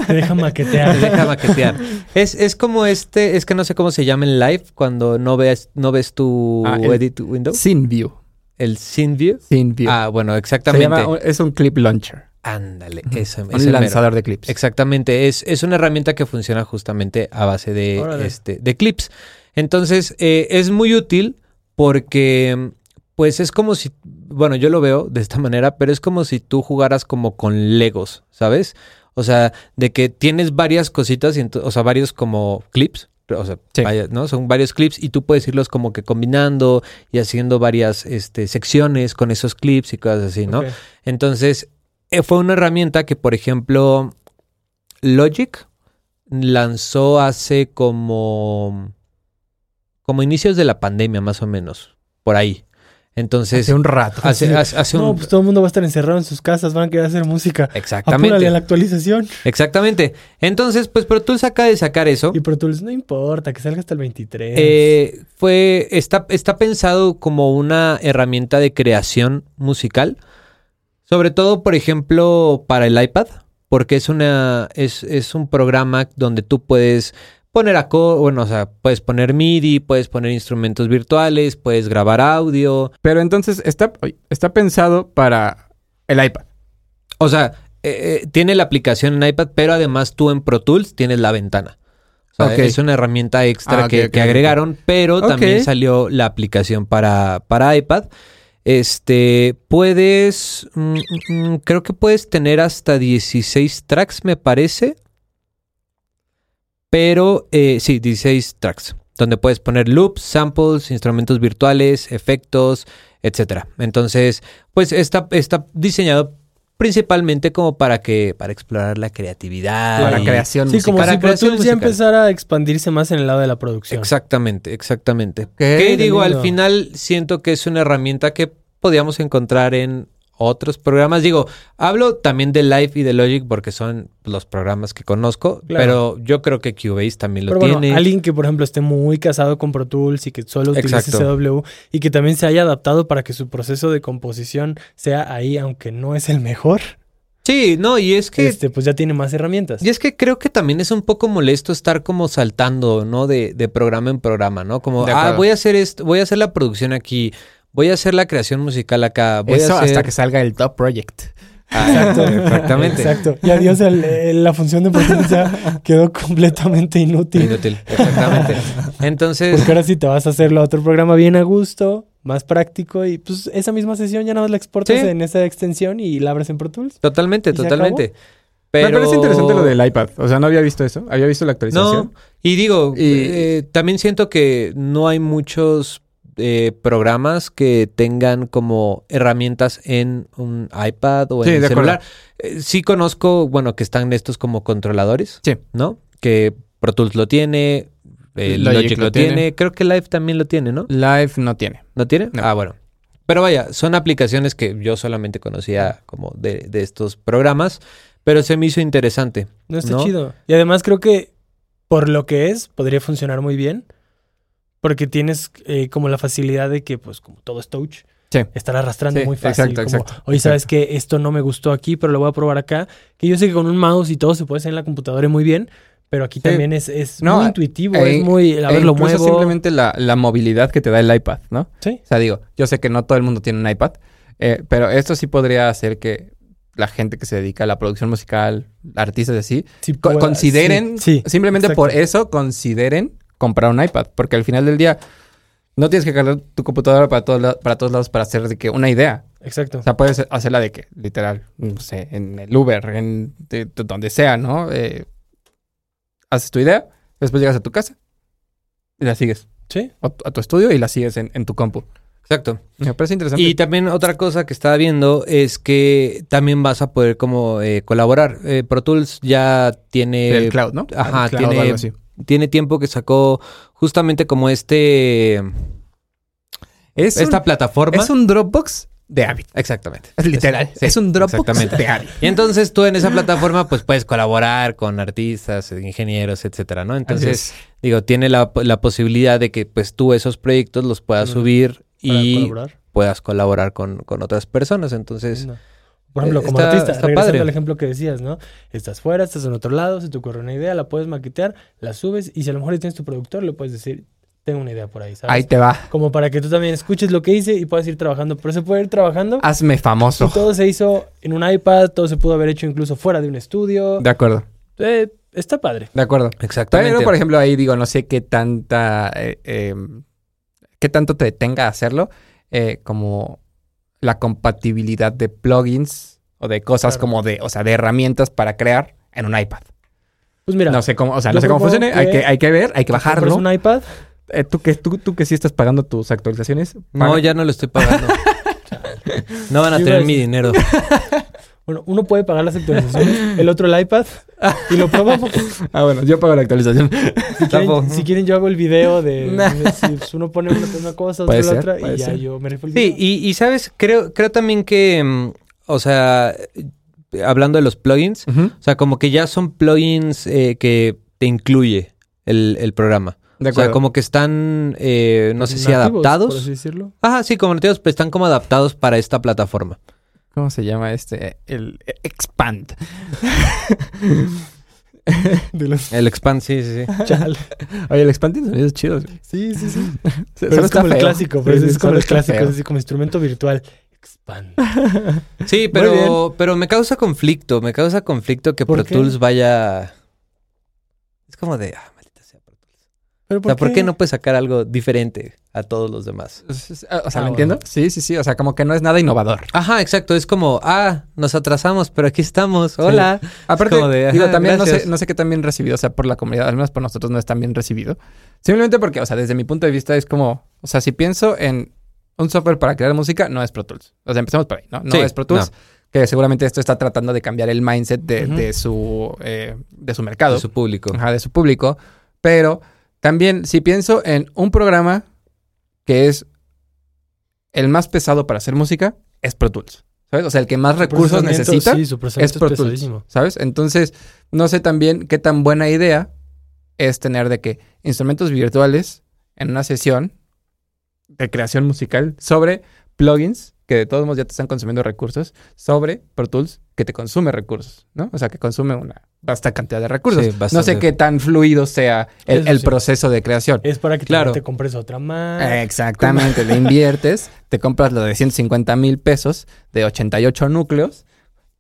Speaker 3: Te deja maquetear.
Speaker 1: Te deja maquetear. Es, es como este, es que no sé cómo se llama en live cuando no ves, no ves tu
Speaker 2: Ah, el-
Speaker 1: edit window.
Speaker 2: Sin view.
Speaker 1: El scene view.
Speaker 2: Sin view.
Speaker 1: Ah, bueno,
Speaker 2: Se
Speaker 1: exactamente.
Speaker 2: llama un- es un clip launcher.
Speaker 1: Ándale, ese, ese
Speaker 2: Un
Speaker 1: mero.
Speaker 2: lanzador de clips.
Speaker 1: Exactamente, es, es una herramienta que funciona justamente a base de,
Speaker 3: Órale.
Speaker 1: este, de clips. Entonces, eh, es muy útil porque, pues es como si, bueno, yo lo veo de esta manera, pero es como si tú jugaras como con Legos, ¿sabes? O sea, de que tienes varias cositas, y ento- o sea, varios como clips. O sea,
Speaker 2: Sí.
Speaker 1: vaya, ¿no? Son varios clips y tú puedes irlos como que combinando y haciendo varias este, secciones con esos clips y cosas así, ¿no?
Speaker 3: Ok.
Speaker 1: Entonces, eh, fue una herramienta que, por ejemplo, Logic lanzó hace como. como inicios de la pandemia, más o menos. Por ahí. Entonces,
Speaker 2: Hace un rato.
Speaker 1: hace, hace- hace un.
Speaker 3: No, pues todo el mundo va a estar encerrado en sus casas, van a querer hacer música. Apúrale a
Speaker 1: Exactamente.
Speaker 3: la actualización.
Speaker 1: Exactamente. Entonces, pues Pro Tools acaba de sacar eso.
Speaker 3: Y Pro Tools, no importa, que salga hasta el 23.
Speaker 1: Eh, fue, está, está pensado como una herramienta de creación musical. Sobre todo, por ejemplo, para el iPad, porque es una, es, es un programa donde tú puedes poner aco- bueno, o sea, puedes poner MIDI, puedes poner instrumentos virtuales, puedes grabar audio.
Speaker 2: Pero entonces está, oye, está pensado para el iPad.
Speaker 1: O sea, eh, eh, tiene la aplicación en iPad, pero además tú en Pro Tools tienes la ventana. O sea,
Speaker 2: Ok.
Speaker 1: Es una herramienta extra
Speaker 2: Ah, ok,
Speaker 1: que,
Speaker 2: ok,
Speaker 1: que
Speaker 2: ok.
Speaker 1: agregaron, pero
Speaker 2: Ok.
Speaker 1: también salió la aplicación para, para iPad. Este, puedes, mm, mm, mm, creo que puedes tener hasta 16 tracks, me parece. Pero, eh, sí, 16 tracks, donde puedes poner loops, samples, instrumentos virtuales, efectos, etcétera. Entonces, pues está, está diseñado principalmente como para que, para explorar la creatividad.
Speaker 2: Para
Speaker 1: y-
Speaker 2: creación
Speaker 3: sí, como
Speaker 1: para
Speaker 3: si Pro
Speaker 1: creación
Speaker 3: Tools ya
Speaker 1: musical.
Speaker 3: empezara a expandirse más en el lado de la producción.
Speaker 1: Exactamente, exactamente.
Speaker 2: musical.
Speaker 1: Que digo, al
Speaker 3: lindo.
Speaker 1: final siento que es una herramienta que podíamos encontrar en otros programas. Digo, hablo también de Live y de Logic porque son los programas que conozco,
Speaker 3: Claro.
Speaker 1: pero yo creo que Cubase también lo
Speaker 3: Pero
Speaker 1: tiene.
Speaker 3: bueno, alguien que, por ejemplo, esté muy casado con Pro Tools y que solo utilice
Speaker 1: Exacto.
Speaker 3: CW y que también se haya adaptado para que su proceso de composición sea ahí, aunque no es el mejor,
Speaker 1: Sí, no, y es que
Speaker 3: este, pues ya tiene más herramientas.
Speaker 1: Y es que creo que también es un poco molesto estar como saltando, ¿no? De, de programa en programa, ¿no? Como,
Speaker 2: De
Speaker 1: ah,
Speaker 2: acuerdo.
Speaker 1: voy a hacer esto, voy a hacer la producción aquí, voy a hacer la creación musical acá, voy
Speaker 2: Eso
Speaker 1: a hacer...
Speaker 2: hasta que salga el top project.
Speaker 1: Ah, exacto, exactamente.
Speaker 3: Exacto. Y adiós, el- el- la función de Pro Tools ya quedó completamente inútil.
Speaker 1: Inútil, exactamente. Entonces,
Speaker 3: Porque ahora sí te vas a hacerlo a otro programa bien a gusto, más práctico y pues esa misma sesión ya nada más la exportas
Speaker 1: Sí.
Speaker 3: en esa extensión y la abres en Pro Tools.
Speaker 1: totalmente,
Speaker 3: ¿Y se
Speaker 1: totalmente. Pero...
Speaker 2: Me parece interesante lo del iPad. O sea, no había visto eso. Había visto la actualización.
Speaker 1: No, y digo,
Speaker 2: Y-
Speaker 1: eh, también siento que no hay muchos eh, programas que tengan como herramientas en un iPad o en pues,
Speaker 2: Sí,
Speaker 1: el
Speaker 2: de acuerdo.
Speaker 1: celular. Eh, sí conozco, bueno, que están estos como controladores,
Speaker 2: Sí.
Speaker 1: ¿no? Que Pro Tools lo tiene, eh, Logic,
Speaker 2: Logic
Speaker 1: lo,
Speaker 2: lo
Speaker 1: tiene.
Speaker 2: tiene.
Speaker 1: creo que Live también lo tiene, ¿no?
Speaker 2: Live no tiene.
Speaker 1: ¿No tiene?
Speaker 2: No.
Speaker 1: Ah, bueno. Pero vaya, son aplicaciones que yo solamente conocía como de, de estos programas, pero se me hizo interesante.
Speaker 3: No está
Speaker 1: ¿No?
Speaker 3: chido. Y además creo que por lo que es, podría funcionar muy bien. Porque tienes eh, como la facilidad de que, pues, como todo es touch,
Speaker 2: Sí.
Speaker 3: estar arrastrando
Speaker 2: Sí,
Speaker 3: muy fácil.
Speaker 2: exacto,
Speaker 3: como,
Speaker 2: exacto,
Speaker 3: Oye, ¿sabes que Esto no me gustó aquí, pero lo voy a probar acá. Que yo sé que con un mouse y todo se puede hacer en la computadora y muy bien. Pero aquí también es, es
Speaker 2: No,
Speaker 3: muy intuitivo,
Speaker 2: e-
Speaker 3: es muy... A
Speaker 2: E
Speaker 3: ver, lo
Speaker 2: incluso
Speaker 3: muevo.
Speaker 2: simplemente la, la movilidad que te da el iPad, ¿no?
Speaker 3: Sí.
Speaker 2: O sea, digo, yo sé que no todo el mundo tiene un iPad, eh, pero esto sí podría hacer que la gente que se dedica a la producción musical, artistas y así,
Speaker 3: Sí
Speaker 2: co-
Speaker 3: pueda-
Speaker 2: consideren,
Speaker 3: sí, sí,
Speaker 2: simplemente
Speaker 3: exacto.
Speaker 2: por eso, consideren comprar un iPad, porque al final del día no tienes que cargar tu computadora para, todos la- para todos lados para hacer de que una idea.
Speaker 3: Exacto.
Speaker 2: O sea, puedes hacerla de que, literal, no sé, en el Uber, en de- de donde sea, ¿no? Eh, haces tu idea, después llegas a tu casa y la sigues.
Speaker 3: Sí.
Speaker 2: O tu- a tu estudio y la sigues en, en tu compu.
Speaker 1: Exacto.
Speaker 2: Me parece interesante.
Speaker 1: Y también otra cosa que estaba viendo es que también vas a poder como eh, colaborar. Eh, Pro Tools ya tiene...
Speaker 2: el cloud, ¿no?
Speaker 1: ajá,
Speaker 2: El cloud
Speaker 1: tiene-
Speaker 2: o algo así.
Speaker 1: tiene tiempo que sacó justamente como este
Speaker 2: Es,
Speaker 1: esta
Speaker 2: un,
Speaker 1: plataforma.
Speaker 2: es un Dropbox de Avid.
Speaker 1: Exactamente.
Speaker 2: Es literal.
Speaker 1: Sí,
Speaker 2: es un Dropbox
Speaker 1: exactamente.
Speaker 2: de Avid.
Speaker 1: Y entonces tú en esa plataforma pues puedes colaborar con artistas, ingenieros, etcétera, ¿no? Entonces,
Speaker 2: Así es.
Speaker 1: digo, tiene la, la posibilidad de que pues tú esos proyectos los puedas
Speaker 3: Mm.
Speaker 1: subir
Speaker 3: Para
Speaker 1: y
Speaker 3: colaborar.
Speaker 1: puedas colaborar con, con otras personas. Entonces,
Speaker 3: No. Por ejemplo, como
Speaker 1: Está-
Speaker 3: artista,
Speaker 1: está
Speaker 3: regresando
Speaker 1: padre.
Speaker 3: al ejemplo que decías, ¿no? Estás fuera, estás en otro lado, se te ocurre una idea, la puedes maquetear, la subes y si a lo mejor tienes tu productor, le puedes decir, tengo una idea por ahí, ¿sabes?
Speaker 2: Ahí te va.
Speaker 3: Como para que tú también escuches lo que hice y puedas ir trabajando. Pero se puede ir trabajando
Speaker 1: Ah,
Speaker 2: Hazme
Speaker 3: y
Speaker 2: famoso.
Speaker 3: todo se hizo en un iPad, todo se pudo haber hecho incluso fuera de un estudio.
Speaker 2: De acuerdo.
Speaker 3: Eh, está padre.
Speaker 2: De acuerdo.
Speaker 1: exactamente.
Speaker 2: Pero, por ejemplo, ahí digo, no sé qué tanta. eh, eh, qué tanto te detenga a hacerlo. eh, como la compatibilidad de plugins o de cosas
Speaker 3: Claro.
Speaker 2: como de. O sea, de herramientas para crear en un iPad.
Speaker 3: Pues mira,
Speaker 2: no sé cómo, o sea, no
Speaker 3: yo
Speaker 2: sé cómo
Speaker 3: propongo
Speaker 2: funciona. Hay,
Speaker 3: que
Speaker 2: que, hay que ver, hay que
Speaker 3: compras
Speaker 2: bajarlo.
Speaker 3: un iPad,
Speaker 2: Eh, tú, que, tú, tú que sí estás pagando tus actualizaciones.
Speaker 1: no,
Speaker 2: paga-
Speaker 1: ya no lo estoy pagando. no van a
Speaker 3: Yo iba a
Speaker 1: tener mi
Speaker 3: decir-
Speaker 1: dinero.
Speaker 3: bueno, uno puede pagar las actualizaciones, el otro el iPad y lo probamos.
Speaker 2: Ah, bueno, yo pago la actualización.
Speaker 3: Si quieren,
Speaker 1: Tampoco.
Speaker 3: si quieren, yo hago el video de,
Speaker 2: Nah.
Speaker 3: de- si pues, uno pone una, una cosa, otro
Speaker 2: Puede
Speaker 3: la
Speaker 2: ser,
Speaker 3: otra, y
Speaker 2: puede
Speaker 3: ya
Speaker 2: ser.
Speaker 3: yo me rifo el
Speaker 1: Sí,
Speaker 3: video.
Speaker 1: y, y, sabes, creo, creo también que, mm, o sea, eh, hablando de los plugins,
Speaker 2: Ujú,
Speaker 1: o sea, como que ya son plugins eh, que te incluye el, el programa.
Speaker 2: De
Speaker 1: o sea,
Speaker 2: acuerdo.
Speaker 1: como que están, eh, no sé si
Speaker 3: Nativos, Por
Speaker 1: adaptados.
Speaker 3: así decirlo.
Speaker 1: Ajá, sí, como nativos, pero están como adaptados para esta plataforma.
Speaker 2: ¿Cómo se llama este? El eh, Expand.
Speaker 3: De los...
Speaker 1: El expand, sí, sí, sí.
Speaker 3: Chale.
Speaker 2: Oye, el Expand tiene sonidos chidos. güey.
Speaker 3: Sí, sí, sí.
Speaker 2: Solo
Speaker 3: Pero es
Speaker 2: está
Speaker 3: como el
Speaker 2: feo.
Speaker 3: clásico, pero
Speaker 2: Sí,
Speaker 3: es
Speaker 2: sí,
Speaker 3: como
Speaker 2: solo
Speaker 3: el
Speaker 2: está
Speaker 3: clásico,
Speaker 2: feo.
Speaker 3: es así como instrumento virtual. Expand.
Speaker 1: Sí, pero, pero me causa conflicto, me causa conflicto que
Speaker 3: ¿Por
Speaker 1: Pro
Speaker 3: qué?
Speaker 1: Tools vaya... Es como de, ah, maldita sea Pro Tools.
Speaker 3: ¿Pero
Speaker 1: O sea, ¿por qué no puedes sacar algo diferente a todos los demás?
Speaker 2: O sea,
Speaker 3: Ah,
Speaker 2: ¿me
Speaker 3: bueno.
Speaker 2: entiendo? Sí, sí, sí. O sea, como que no es nada innovador.
Speaker 1: Ajá, exacto. Es como, ah, nos atrasamos, pero aquí estamos. Hola.
Speaker 2: Aparte,
Speaker 1: como de,
Speaker 2: digo,
Speaker 1: ajá,
Speaker 2: también no sé,
Speaker 1: gracias.
Speaker 2: no sé qué tan bien recibido, o sea, por la comunidad, al menos por nosotros no es tan bien recibido. Simplemente porque, o sea, desde mi punto de vista es como, o sea, si pienso en un software para crear música, no es Pro Tools. O sea, empecemos por ahí, ¿no? No
Speaker 1: Sí,
Speaker 2: es Pro Tools, que seguramente esto está tratando de cambiar el mindset de,
Speaker 3: Ujú.
Speaker 2: de su, eh, de su mercado,
Speaker 1: De su público.
Speaker 2: ajá, de su público. Pero también, si pienso en un programa que es el más pesado para hacer música, es Pro Tools. ¿Sabes? O sea, el que más recursos
Speaker 3: Procesamiento,
Speaker 2: necesita
Speaker 3: Sí, su
Speaker 2: es
Speaker 3: procesamiento es
Speaker 2: Pro Tools,
Speaker 3: pesadísimo.
Speaker 2: ¿sabes? Entonces, no sé también qué tan buena idea es tener de que instrumentos virtuales en una sesión de creación musical sobre plugins que de todos modos ya te están consumiendo recursos, sobre Pro Tools que te consume recursos, ¿no? O sea, que consume una vasta cantidad de recursos.
Speaker 1: Sí,
Speaker 2: no
Speaker 1: bastante.
Speaker 2: sé qué tan fluido sea el,
Speaker 3: Eso
Speaker 2: el
Speaker 3: sí. Ah,
Speaker 2: proceso de creación.
Speaker 3: Es para que
Speaker 1: Claro.
Speaker 3: claro. te compres otra más.
Speaker 2: Eh, Exactamente, le inviertes, te compras lo de 150 mil pesos de 88 núcleos,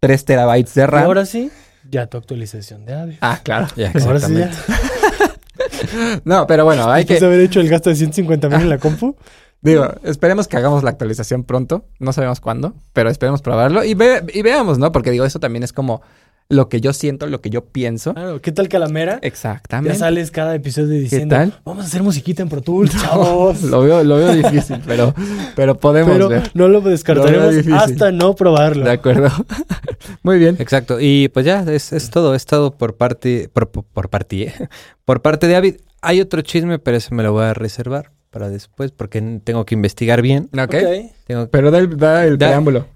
Speaker 2: 3 terabytes de
Speaker 3: y
Speaker 2: RAM.
Speaker 3: ahora sí, ya tu actualización de Avid.
Speaker 2: Ah, claro.
Speaker 1: Ya,
Speaker 3: Ahora sí
Speaker 1: exactamente.
Speaker 3: ya.
Speaker 2: No, pero bueno, hay
Speaker 3: Después
Speaker 2: que.
Speaker 3: de haber hecho el gasto de 150 mil en la compu.
Speaker 2: Digo, esperemos que hagamos la actualización pronto. No sabemos cuándo, pero esperemos probarlo y, ve- y veamos, ¿no? Porque digo, eso también es como lo que yo siento, lo que yo pienso.
Speaker 3: Claro, ¿qué tal Calamera? Ya
Speaker 2: Exactamente.
Speaker 3: sales cada episodio diciendo,
Speaker 2: tal?
Speaker 3: vamos a hacer musiquita en Pro Tools, chavos.
Speaker 2: Lo veo, lo veo difícil, pero, pero podemos
Speaker 3: Pero
Speaker 2: ver.
Speaker 3: no lo
Speaker 2: Lo
Speaker 3: descartaremos
Speaker 2: veo difícil.
Speaker 3: hasta no probarlo.
Speaker 2: De acuerdo. Muy bien.
Speaker 1: Exacto. Y pues ya, es, es todo. Es todo por parte, por, por- por parte, ¿eh? por parte de Avid. Hay otro chisme, pero ese me lo voy a reservar para después porque tengo que investigar bien.
Speaker 2: Ok.
Speaker 3: Ok.
Speaker 1: Tengo-
Speaker 2: Pero da el, da el
Speaker 1: Da-
Speaker 2: preámbulo.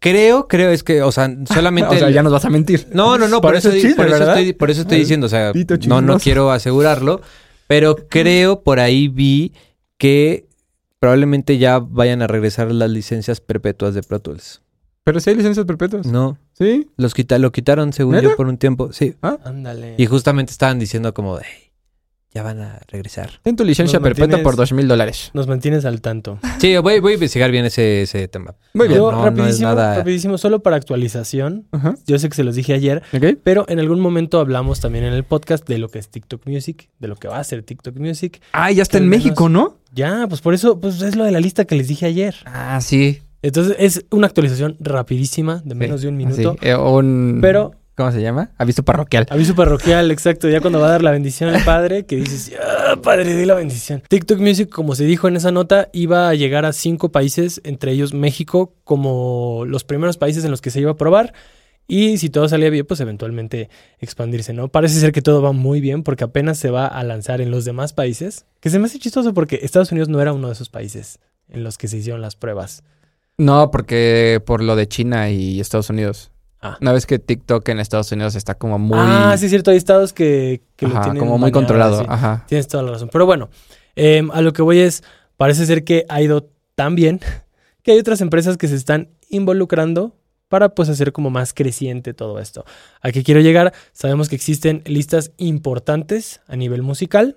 Speaker 1: Creo, creo, es que, o sea, solamente...
Speaker 2: o sea,
Speaker 1: el-
Speaker 2: ya nos vas a mentir.
Speaker 1: No, no, no,
Speaker 2: Por
Speaker 1: por,
Speaker 2: eso
Speaker 1: eso,
Speaker 2: es
Speaker 1: di-
Speaker 2: chisme,
Speaker 1: por, eso
Speaker 2: ¿verdad?
Speaker 1: estoy, por eso estoy diciendo, o sea,
Speaker 2: Maldito
Speaker 1: no, no
Speaker 2: chismoso.
Speaker 1: quiero asegurarlo, pero creo por ahí vi que probablemente ya vayan a regresar las licencias perpetuas de Pro Tools.
Speaker 2: Pero si hay licencias perpetuas.
Speaker 1: No,
Speaker 2: Sí.
Speaker 1: los quita, lo quitaron según
Speaker 2: ¿Neta?
Speaker 1: yo por un tiempo, sí.
Speaker 3: Ándale.
Speaker 1: Y justamente estaban diciendo como, "Ey, ya van a regresar.
Speaker 2: Ten tu licencia
Speaker 3: Nos
Speaker 2: perpetua
Speaker 3: mantienes-
Speaker 2: por dos mil dólares.
Speaker 3: Nos mantienes al tanto.
Speaker 1: Sí, voy, voy a investigar bien ese, ese tema.
Speaker 2: Muy bien.
Speaker 1: No,
Speaker 3: Yo,
Speaker 1: no, no es
Speaker 3: rapidísimo,
Speaker 1: nada-
Speaker 3: rapidísimo, solo para actualización.
Speaker 2: Ajá.
Speaker 3: Yo sé que se los dije ayer,
Speaker 2: Ok.
Speaker 3: pero en algún momento hablamos también en el podcast de lo que es TikTok Music, de lo que va a ser TikTok Music.
Speaker 2: Ah, ya está
Speaker 3: Al
Speaker 2: en
Speaker 3: menos-
Speaker 2: México, ¿no?
Speaker 3: Ya, pues por eso, pues es lo de la lista que les dije ayer.
Speaker 2: Ah, sí.
Speaker 3: Entonces es una actualización rapidísima de menos de un minuto.
Speaker 2: Así, eh, un-
Speaker 3: Pero
Speaker 2: ¿Cómo se llama? Aviso parroquial.
Speaker 3: aviso parroquial, exacto, ya cuando va a dar la bendición al padre, que dices, "Ah, padre, di la bendición. TikTok Music, como se dijo en esa nota, iba a llegar a cinco países, entre ellos México, como los primeros países en los que se iba a probar. Y si todo salía bien, pues eventualmente expandirse, ¿no? Parece ser que todo va muy bien porque apenas se va a lanzar en los demás países. Que se me hace chistoso porque Estados Unidos no era uno de esos países en los que se hicieron las pruebas.
Speaker 2: No, porque por lo de China y Estados Unidos.
Speaker 3: Ah.
Speaker 2: Una vez que TikTok en Estados Unidos está como muy...
Speaker 3: Ah, sí, es cierto. Hay estados que, que lo
Speaker 2: ajá,
Speaker 3: tienen
Speaker 2: como muy
Speaker 3: baneado,
Speaker 2: controlado.
Speaker 3: sí.
Speaker 2: Ajá.
Speaker 3: Tienes toda la razón. Pero bueno, em, a lo que voy es, parece ser que ha ido tan bien que hay otras empresas que se están involucrando para pues hacer como más creciente todo esto. ¿A qué quiero llegar? Sabemos que existen listas importantes a nivel musical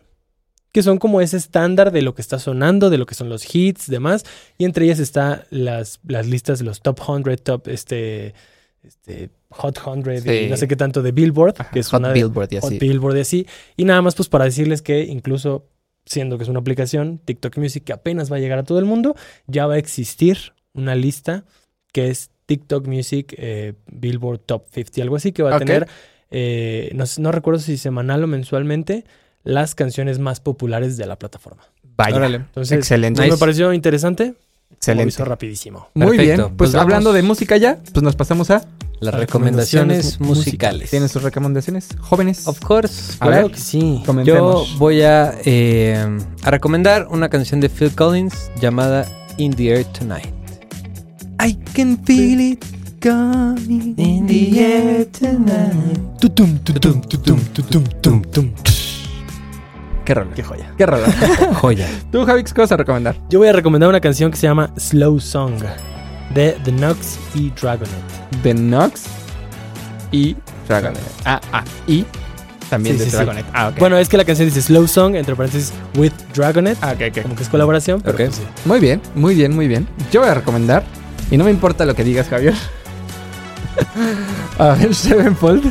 Speaker 3: que son como ese estándar de lo que está sonando, de lo que son los hits, demás, y entre ellas están las, las listas de los top 100, top este, este hot 100 y
Speaker 2: Sí.
Speaker 3: no sé qué tanto de Billboard,
Speaker 2: Ajá,
Speaker 3: que es
Speaker 2: Hot
Speaker 3: una de,
Speaker 2: Billboard y
Speaker 3: o
Speaker 2: así.
Speaker 3: Billboard y así. Y nada más pues para decirles que incluso siendo que es una aplicación, TikTok Music que apenas va a llegar a todo el mundo, ya va a existir una lista que es TikTok Music eh, Billboard Top 50, algo así, que va a
Speaker 2: Ok.
Speaker 3: tener, eh, no, sé- no recuerdo si semanal o mensualmente, las canciones más populares de la plataforma.
Speaker 2: Vaya.
Speaker 1: Órale.
Speaker 3: Entonces,
Speaker 2: excelente.
Speaker 3: pues, me pareció interesante, lo
Speaker 2: excelente.
Speaker 3: hizo rapidísimo.
Speaker 2: Muy bien.
Speaker 1: Perfecto,
Speaker 2: Pues,
Speaker 1: pues vamos.
Speaker 2: hablando de música ya, pues nos pasamos a...
Speaker 1: Las recomendaciones musicales.
Speaker 2: ¿Tienen sus recomendaciones, jóvenes?
Speaker 1: Of course.
Speaker 2: A
Speaker 3: Ah,
Speaker 2: ver,
Speaker 1: que sí. Yo
Speaker 2: comencemos.
Speaker 1: voy a, eh, a recomendar una canción de Phil Collins llamada In the Air Tonight.
Speaker 2: I can feel it coming
Speaker 1: In the air tonight.
Speaker 3: Tutum, tutum, tutum, tutum, tutum, tutum.
Speaker 2: Qué rola.
Speaker 3: Qué joya.
Speaker 2: Qué rola.
Speaker 1: Joya.
Speaker 2: Tú, Javix, ¿qué vas a recomendar?
Speaker 3: Yo voy a recomendar una canción que se llama Slow Song de The Knox y Dragonet.
Speaker 2: The Nox y Dragonet. Ah, ah, y también
Speaker 3: Sí,
Speaker 2: de
Speaker 3: sí, sí.
Speaker 2: Dragonet. Ah, ok.
Speaker 3: Bueno, es que la canción dice Slow Song, entre paréntesis, with Dragonet.
Speaker 2: Ah, ok, ok.
Speaker 3: Como que es colaboración, pero
Speaker 1: Ok.
Speaker 3: pues sí.
Speaker 2: Muy bien, muy bien, muy bien. Yo voy a recomendar, y no me importa lo que digas, Javier. a ver, Sevenfold.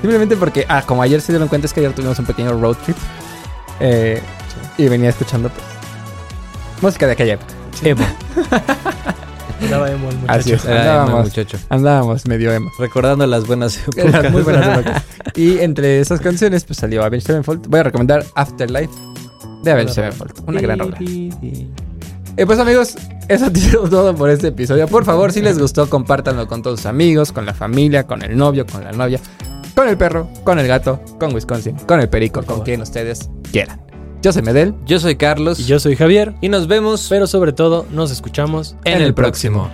Speaker 2: Simplemente porque, ah, como ayer se dieron cuenta, es que ayer tuvimos un pequeño road trip. eh, Y venía escuchando, pues, música de aquella época.
Speaker 1: Emo.
Speaker 3: Andaba emo el muchacho.
Speaker 2: Así es,
Speaker 1: Era emo,
Speaker 2: andábamos,
Speaker 1: muchacho.
Speaker 2: andábamos medio emo.
Speaker 1: Recordando las buenas épocas.
Speaker 2: Las muy buenas épocas. Y entre esas canciones, pues salió Avenged Sevenfold. Voy a recomendar Afterlife de Avenged Sevenfold. Una gran rola. Eh, pues amigos, eso ha sido todo por este episodio. Por favor, si les gustó, compártanlo con todos sus amigos, con la familia, con el novio, con la novia, con el perro, con el gato, con Wisconsin, con el perico, con
Speaker 3: favor.
Speaker 2: quien ustedes quieran. Yo soy Medel.
Speaker 1: Yo soy Carlos.
Speaker 3: Y yo soy Javier,
Speaker 1: Y nos vemos
Speaker 3: pero sobre todo nos escuchamos
Speaker 1: en el próximo.